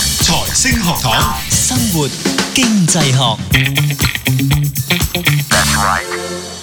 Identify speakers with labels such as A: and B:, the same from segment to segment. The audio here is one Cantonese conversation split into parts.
A: 星學堂，
B: 生活經濟學，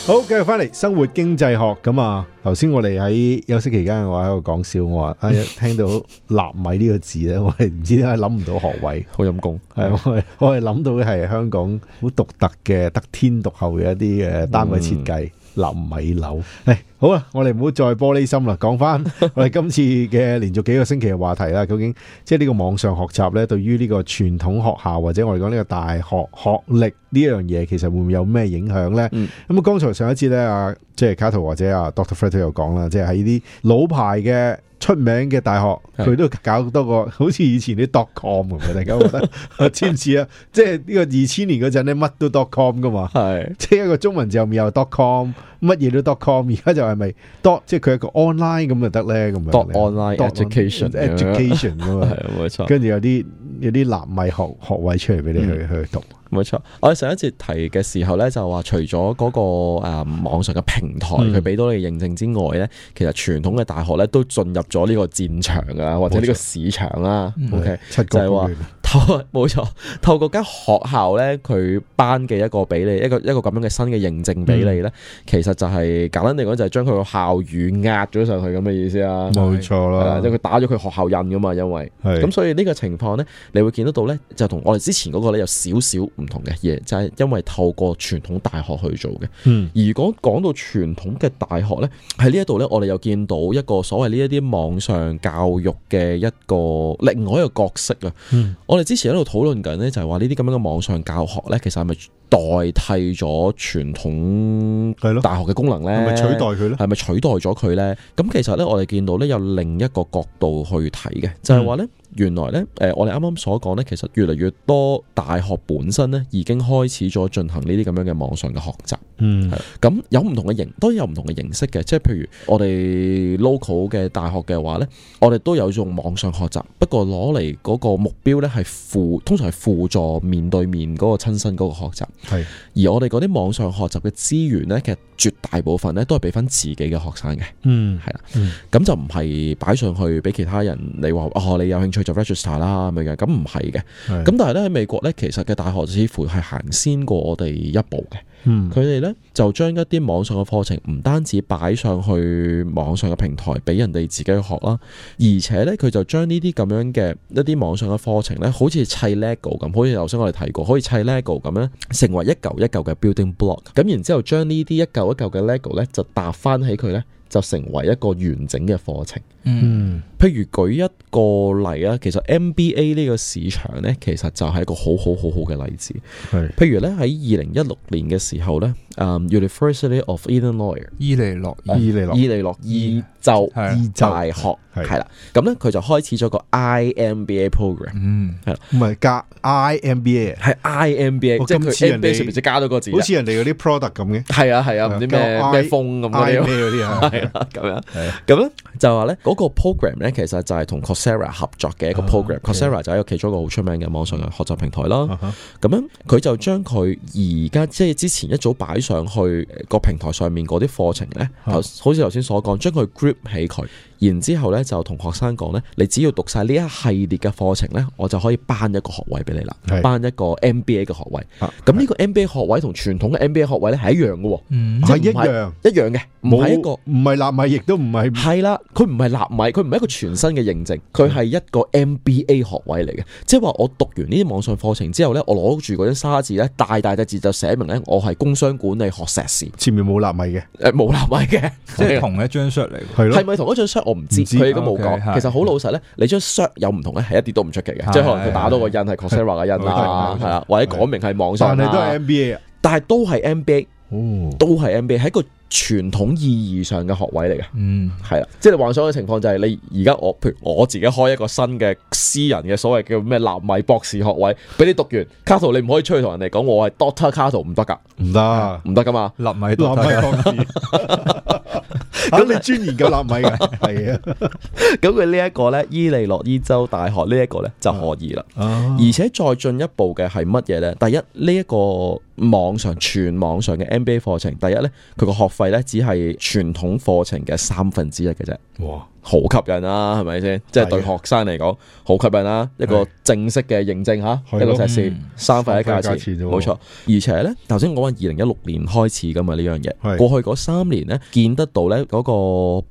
C: 好，繼續翻嚟生活經濟學咁啊！頭先我哋喺休息期間，我喺度講笑，我話啊， 聽到納米呢個字咧，我係唔知點解諗唔到學位，
D: 好陰功，
C: 係我係我係諗到嘅係香港好獨特嘅得天獨厚嘅一啲嘅單位設
A: 嗯
C: 計。納米樓，誒好啦，我哋唔好再玻璃心啦，講翻我哋今次嘅連續幾個星期嘅話題啦，究竟即係呢個網上學習咧，對於呢個傳統學校或者我哋講呢個大學學歷呢樣嘢，其實會唔會有咩影響咧？
D: 嗯
C: 咁啊，剛才上一次咧，啊，即係卡圖或者啊 Doctor Fred 都有講啦，即係喺啲老牌嘅出名嘅大學，
D: 係
C: 佢都搞多個 好似以前啲 dot com 咁嘅，突然間覺 得似唔似啊？即係呢個二千年嗰陣咧，乜都 dot com 噶嘛，
D: 係
C: 即係一個中文字後面有 dot com，乜嘢都 dot com，而家就係咪 dot 即係佢一個 online 咁就得咧咁樣
D: dot online
C: dot
D: education 咁樣
C: education 咁啊
D: 係
C: 嘛，
D: 冇錯。
C: 跟住有啲有啲納米學學位出嚟俾你去
D: 嗯
C: 去讀，
D: 冇錯，我哋上一節提嘅時候咧，就話除咗嗰、個誒、呃、網上嘅平台
C: 嗯
D: 佢俾到你嘅認證之外咧，其實傳統嘅大學咧都進入咗呢個戰場啊，或者呢個市場啦。OK，
C: 嗯七
D: 就
C: 個
D: 係話透冇錯，透過間學校咧，佢頒嘅一個俾你一個一個咁樣嘅新嘅認證俾你咧，其實就係、簡單嚟講，就係將佢個校譽壓咗上去咁嘅意思啊。
C: 冇錯
D: 係啦
C: 啦
D: 即，係佢打咗佢學校印噶嘛，因為。
C: 係
D: 咁所以呢個情況呢，你會見得到呢，就同我哋之前嗰個呢有少少唔同嘅嘢，就係、因為透過傳統大學去做嘅。
C: 嗯
D: 而如果講到傳統嘅大學呢，喺呢一度呢，我哋又見到一個所謂呢一啲網上教育嘅一個另外一個角色啊。
C: 嗯
D: 我哋之前喺度討論緊呢，就係話呢啲咁樣嘅網上教學呢，其實係咪代替咗傳統
C: 係咯
D: 大學嘅功能呢？
C: 係咪取代佢咧？
D: 係咪取代咗佢呢？咁其實呢，我哋見到呢有另一個角度去睇嘅，就係話呢，原來呢，誒，我哋啱啱所講呢，其實越嚟越多大學本身呢已經開始咗進行呢啲咁樣嘅網上嘅學習。
C: 嗯
D: 係咁有唔同嘅形，當然有唔同嘅形式嘅，即係譬如我哋 local 嘅大學嘅話呢，我哋都有用網上學習，不過攞嚟嗰個目標呢係輔，通常係輔助面對面嗰個親身嗰個學習。
C: 係
D: 而我哋嗰啲網上學習嘅資源呢，其實絕大部分呢都係俾翻自己嘅學生嘅，
C: 嗯
D: 係啦
C: 嗯，
D: 咁就唔係擺上去俾其他人。你話哦，你有興趣就 register 啦咁樣，咁唔係嘅。
C: 係
D: 咁但係呢，喺美國呢，其實嘅大學似乎係行先過我哋一步嘅。
C: 嗯
D: 佢哋呢，就將一啲網上嘅課程唔單止擺上去網上嘅平台俾人哋自己去學啦，而且呢，佢就將呢啲咁樣嘅一啲網上嘅課程呢，好似砌 lego 咁，好似頭先我哋提過，可以砌 lego 咁咧，成為一嚿一嚿嘅 building block。咁然之後將呢啲一嚿一嚿嘅 lego 呢，就搭翻起佢呢，就成為一個完整嘅課程。
B: 嗯，
C: 嗯
D: 譬如舉一個例啊，其實 MBA 呢個市場呢，其實就係一個好好好好嘅例子。
C: 係
D: 譬如咧喺二零一六年嘅時候咧，誒 University of Illinois
B: 伊利諾
D: 啊
B: 爾
C: 伊利諾
D: 伊利諾伊州
B: 係啊
C: 伊州
D: 大學
C: 係
D: 係啦，咁咧佢就開始咗個 IMBA program，
B: 嗯，
C: 唔係加 IMBA，
D: 係 IMBA，
C: 哦
D: 即係
C: 咁
D: 佢
C: 似人
D: MBA
C: 哋
D: 上面就加咗個字啊啦，
C: 啊好似人哋嗰啲 product 咁嘅
D: 係啊係啊，唔知咩
C: 係啊
D: 咩風咁嗰
C: I
D: 啲。
C: 咩嗰啲啊，
D: 係啦，咁樣
C: 係啊，
D: 咁咧就話咧嗰個 program 咧，其實就係同 Coursera 合作嘅
C: 啊
D: 一個 program。Coursera 就係一個其中一個好出名嘅網上嘅學習平台
C: 啊
D: 啦。咁樣佢就將佢而家即係之前一早擺上去呃個平台上面嗰啲課程咧，頭好似頭先所講，將佢 group 起佢，然之後咧就同學生講咧，你只要讀晒呢一系列嘅課程咧，我就可以頒一個學位俾你啦，
C: 係
D: 頒一個 MBA 嘅學位。
C: 啊
D: 咁呢個 MBA 學位同傳統嘅 MBA 學位咧係一樣嘅喎，
B: 嗯
D: 即
C: 係一
D: 唔係
C: 樣，
D: 一樣嘅，唔
C: 冇
D: 係一個。
C: 唔係納米，亦都唔係
D: 係啦，佢唔係納米，佢唔係一個全新嘅認證，佢係一個 MBA 學位嚟嘅，即係話我讀完呢啲網上課程之後呢，我攞住嗰張沙紙呢，大大隻字就寫明呢，我係工商管理學碩士，誒
C: 前面冇納米嘅，
D: 冇納米嘅，
B: 即 係同一張 shirt 嚟喎。
C: 係咯，
D: 係咪同嗰張 shirt 我唔知，
C: 唔知
D: 佢亦都冇
B: OK，係
D: 講。其實好老實呢，你張 shirt 有唔同呢，係一啲都唔出奇嘅，
B: 係
D: 即係可能佢打到個印係 Coursera 嘅印啦
C: 係，
D: 係啦，或者講明係網上
C: 但係都
D: 啦
C: 係，MBA 啊，
D: 但係都係 MBA，
C: 哦，
D: 都係 MBA，係一個傳統意義上嘅學位嚟嘅。
B: 嗯，
D: 係啦，即係你幻想嘅情況就係你而家我，譬如我自己開一個新嘅私人嘅所謂叫咩納米博士學位，俾你讀完，卡圖你唔可以出去同人哋講我係 Doctor 卡圖唔得噶，
C: 唔得。
D: 唔得噶嘛。
B: 納米
C: 納米
B: 都得啊，
C: 博士，咁你專研究納米嘅，係
D: 咁佢呢一個呢，伊利諾伊州大學呢一個呢就可以啦。
C: 啊，
D: 而且再進一步嘅係乜嘢呢？第一，呢、一個網上全網上嘅 MBA 課程，第一呢，佢個學費呢只係傳統課程嘅三分之一嘅啫。
C: 哇，
D: 好吸引啦，係咪先？即
C: 啊
D: 係對學生嚟講好吸引啦，一個正式嘅認證
C: 係
D: 吓，
C: 咯
D: 一個測試
B: 嗯
D: 三塊
C: 三塊一
D: 一價
C: 價錢
D: 錢，
C: 啫喎
D: 冇錯。而且呢，頭先我話二零一六年開始噶嘛呢樣
C: 係
D: 嘢，過去嗰三年呢，見得到呢嗰個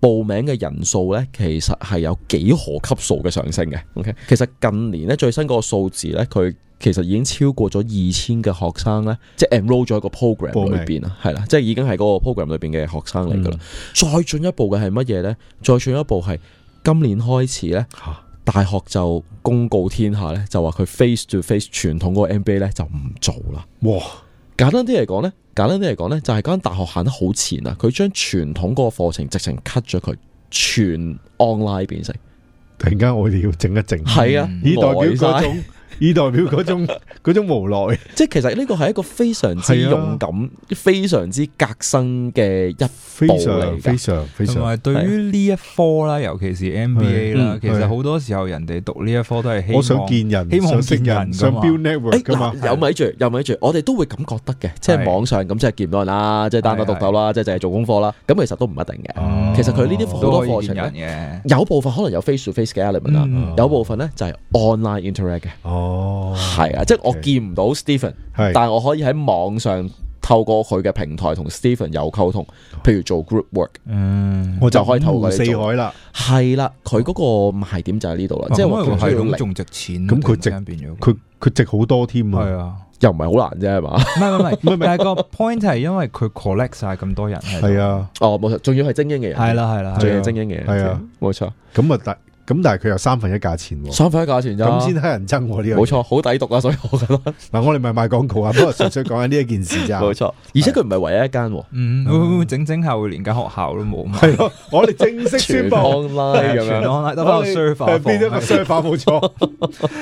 D: 報名嘅人數呢，其實係有幾何級數嘅上升嘅。OK，其實近年呢，最新嗰個數字呢，佢其實已經超過咗二千嘅學生呢，即係 enroll 咗喺個 program
C: 報名
D: 裏邊啊，係啦，即係已經係嗰個 program 裏邊嘅學生嚟噶
C: 嗯
D: 啦。再進一步嘅係乜嘢呢？再進一步係今年開始呢，大學就公告天下呢，就話佢 face to face 傳統嗰個 MBA 呢就唔做啦。
C: 哇，
D: 簡單啲嚟講呢，簡單啲嚟講呢，就係間大學行得好前啊！佢將傳統嗰個課程直情 cut 咗佢，全 online 變成
C: 突然間我哋要靜一靜，
D: 係啊，
C: 嗯以代表
D: 呆晒
C: 嗰種，以代表嗰種嗰種無奈，
D: 即係其實呢個係一個非常之
C: 係啊
D: 勇敢、非常之革新嘅一
C: 非
D: 步嚟
C: 常
D: 㗎
C: 非常非
B: 同
C: 常。
B: 埋對於呢一科啦，尤其是 MBA 啦
D: 嗯，
B: 其實
C: 係
B: 好多時候人哋讀呢一科都係希望
C: 我想見人，
B: 希望
C: 想識
B: 見人
C: 人，
B: 㗎
C: 想
B: 嘛
C: build
D: 誒
C: network 噶嘛，
D: 嗱有咪住，有咪住，我哋都會咁覺得嘅，即係
B: 係
D: 網上咁即係見唔到人啦，即係單打獨鬥啦，即係淨係做功課啦，咁其實都唔一定嘅。
C: 哦
D: 其實佢呢啲好
B: 都可
D: 多
B: 以
D: 課
B: 見
D: 程呢
B: 人
D: 有部分可能有 face to face 嘅 element 啦
C: 嗯，
D: 有部分咧就係 online interact 嘅，
C: Ờ. 哦，
D: 係啊，即係我
C: Okay
D: 見唔到 Stephen，
C: 係
D: 但係我可以喺網上透過佢嘅平台同 Stephen 有溝通，譬如做 group work，
B: 嘅，嗯，
C: 我
D: 就可以透過
C: 五湖
D: 你
C: 四
D: 做
C: 海啦。
D: 係啦，佢嗰個賣點就係呢度啦，即係話
B: 個
D: 佢
B: 系
D: 需要
B: 統
D: 力，
B: 仲值錢啊，
C: 咁佢
B: 突然
C: 值
B: 間變咗，
C: 佢佢值好多添
B: 係
C: 啊！
B: 啊。
D: 又唔係好難啫，係嘛？
B: 唔係唔係唔
C: 係
B: 係，但係個 point 係因為佢 collect 晒咁多人係
C: 係，啊，
D: 哦，冇錯，仲要係精英嘅人，
B: 係，啦係啦，
D: 仲
B: 係
D: 要
B: 啦
D: 係精英嘅人，
C: 係啊，
D: 冇錯，
C: 咁啊，但咁但係佢有三分一價錢喎，
D: 三分一價錢咋，
C: 咁先乞人憎喎呢樣嘢。
D: 冇錯，好抵讀啊！所以我覺得
C: 嗱，我哋唔係賣廣告 啊，不過純粹講緊呢一件事咋。
D: 冇錯，而且佢唔係唯一一間喎，
B: 嗯，會唔會整整下會連間學校都冇埋，
C: 係咯，我哋正式宣
D: 全
C: 布，我
D: online
C: 啊
D: 咁
B: 全
D: 樣，
B: online 得翻個
C: 哋
B: server
C: 係變咗個
B: 房
C: server 冇錯。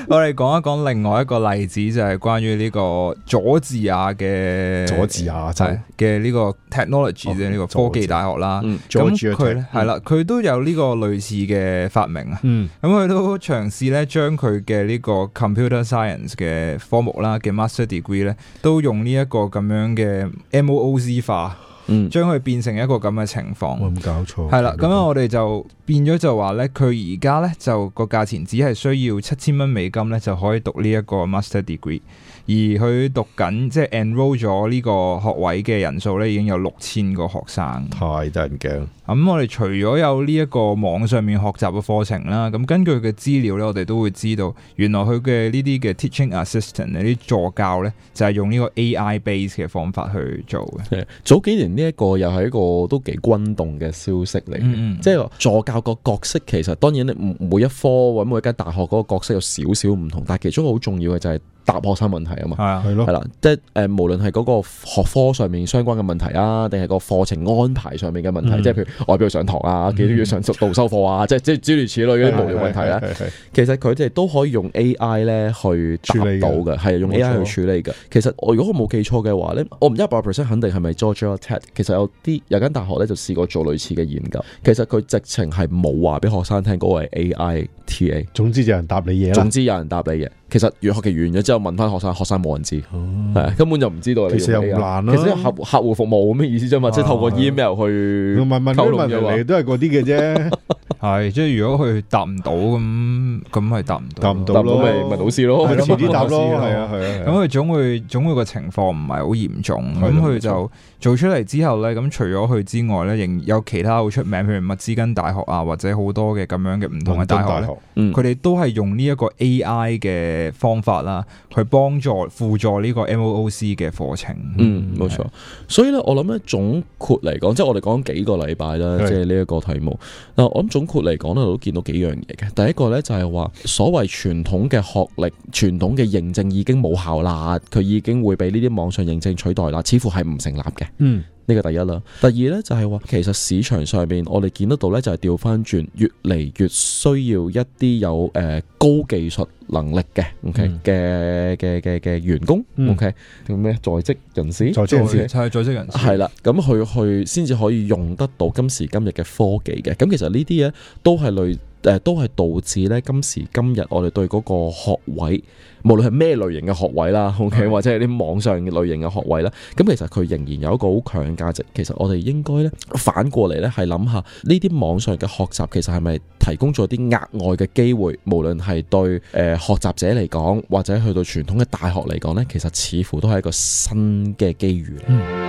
B: 我哋講一講另外一個例子，就係關於呢個佐治亞嘅
C: 佐治亞州
B: 係嘅呢個 technology
C: 哦
B: 即係呢個
C: 佐
B: 科技
C: 治啊
B: 大學啦。
D: 嗯，
B: 咁
C: Georgia
B: 佢
C: Tech
B: 呢係啦，佢都有呢個類似嘅發明啊。
C: 嗯，
B: 咁佢都嘗試咧將佢嘅呢個 computer science 嘅科目啦嘅 master degree 咧，都用呢一個咁樣嘅 MOOC 化，
D: 嗯，
B: 將佢變成一個咁嘅情
C: 我
B: 況。
C: 冇搞錯。
B: 係啦，咁樣我哋就變咗就話咧，佢而家咧就個價錢只係需要七千蚊美金咧就可以讀呢一個 master degree，而佢讀緊即係 enroll 咗呢個學位嘅人數咧已經有六千個學生。
C: 太得人驚。
B: 咁、我哋除咗有呢一個網上面學習嘅課程啦，咁根據佢嘅資料咧，我哋都會知道原來佢嘅呢啲嘅 teaching assistant 呢啲助教咧，就係、用呢個 AI base 嘅方法去做嘅。
D: 早幾年呢一個又係一個都幾轟動嘅消息嚟嘅，
B: 嗯嗯
D: 即係話助教個角色其實當然你唔每一科或者每一間大學嗰個角色有少少唔同，但係其中一個好重要嘅就係答學生問題啊嘛。
B: 係啊，
C: 係
D: 係
C: 咯，
D: 啦，即係誒，無論係嗰個學科上面相關嘅問題啊，定係個課程安排上面嘅問題，
C: 嗯
D: 即係譬如外表上堂啊，幾多要 上導修課啊，即係即係諸如此類嗰啲無聊問題啊啦。
C: 係。係係係
D: 其實佢哋都可以用 AI 咧去答
C: 處理嘅
D: 到嘅，係用
C: 冇錯
D: AI 去處理嘅。其實我如果我冇記錯嘅話咧，我唔一百 percent 肯定係咪 Georgia Tech。其實有啲有間大學咧就試過做類似嘅研究，其實佢直情係冇話俾學生聽嗰個係 AI TA。
C: 總之就有人答你嘢啦
D: 總。之有人答你嘅，其實若學期完咗之後問翻學生，學生冇人知，
C: 哦
D: 係啊根本就唔知道你
C: 嗯
D: 用
C: 其實又唔
D: AI
C: 難啊啦
D: 其實係客客戶服務咁嘅意思啫嘛，即係透過 email 去
C: 問問嗰啲
D: 溝通
C: 問題
D: 啫
C: 嚟
D: 嘛。
C: 都係嗰啲嘅啫，
B: 係即係如果佢答唔到咁，咁係答唔到。
C: 答唔到
D: 答唔到
C: 咯。
D: 咪問老師咯，
C: 咪
B: 係咯
C: 遲啲答咯，
B: 問老師咯
C: 係啊係啊。
B: 咁佢總會總會個情況唔係好嚴重，咁
C: 係
B: 佢就做出嚟之後咧，咁除咗佢之外咧，仍有其他好出名，譬如密芝根大學啊，或者好多嘅咁樣嘅唔同嘅大學咧。
D: 嗯
B: 佢哋都係用呢一個 AI 嘅方法啦，去幫助輔助呢個 MOOC 嘅課程。
D: 嗯，冇錯。所以咧，我諗咧總括嚟講，即係我哋講幾個禮拜啦，
C: 係
D: 即係呢一個題目。嗱，我諗總括嚟講咧，我都見到幾樣嘢嘅。第一個咧就係話，所謂傳統嘅學歷、傳統嘅認證已經冇效啦，佢已經會俾呢啲網上認證取代啦，似乎係唔成立嘅。
C: 嗯，
D: 呢個第一啦，第二呢，就係話，其實市場上面我哋見得到呢，就係調翻轉，越嚟越需要一啲有誒、呃高技術能力嘅，OK
C: 嗯
D: 嘅嘅嘅嘅員工、
C: 嗯
D: o k 叫咩在職人士，
C: 在職
B: 在
C: 人
B: 係
C: 士
B: 在職人士
D: 係啦，咁佢去先至可以用得到今時今日嘅科技嘅。咁其實呢啲嘢都係類誒都係導致咧今時今日我哋對嗰個學位，無論係咩類型嘅學位啦，OK，或者係啲網上類型嘅學位啦，咁其實佢仍然有一個好強嘅價值。其實我哋應該咧反過嚟咧係諗下呢啲網上嘅學習其實係咪提供咗啲額外嘅機會，無論係對誒、呃、學習者嚟講，或者去到傳統嘅大學嚟講咧，其實似乎都係一個新嘅機遇嚟。
B: 嗯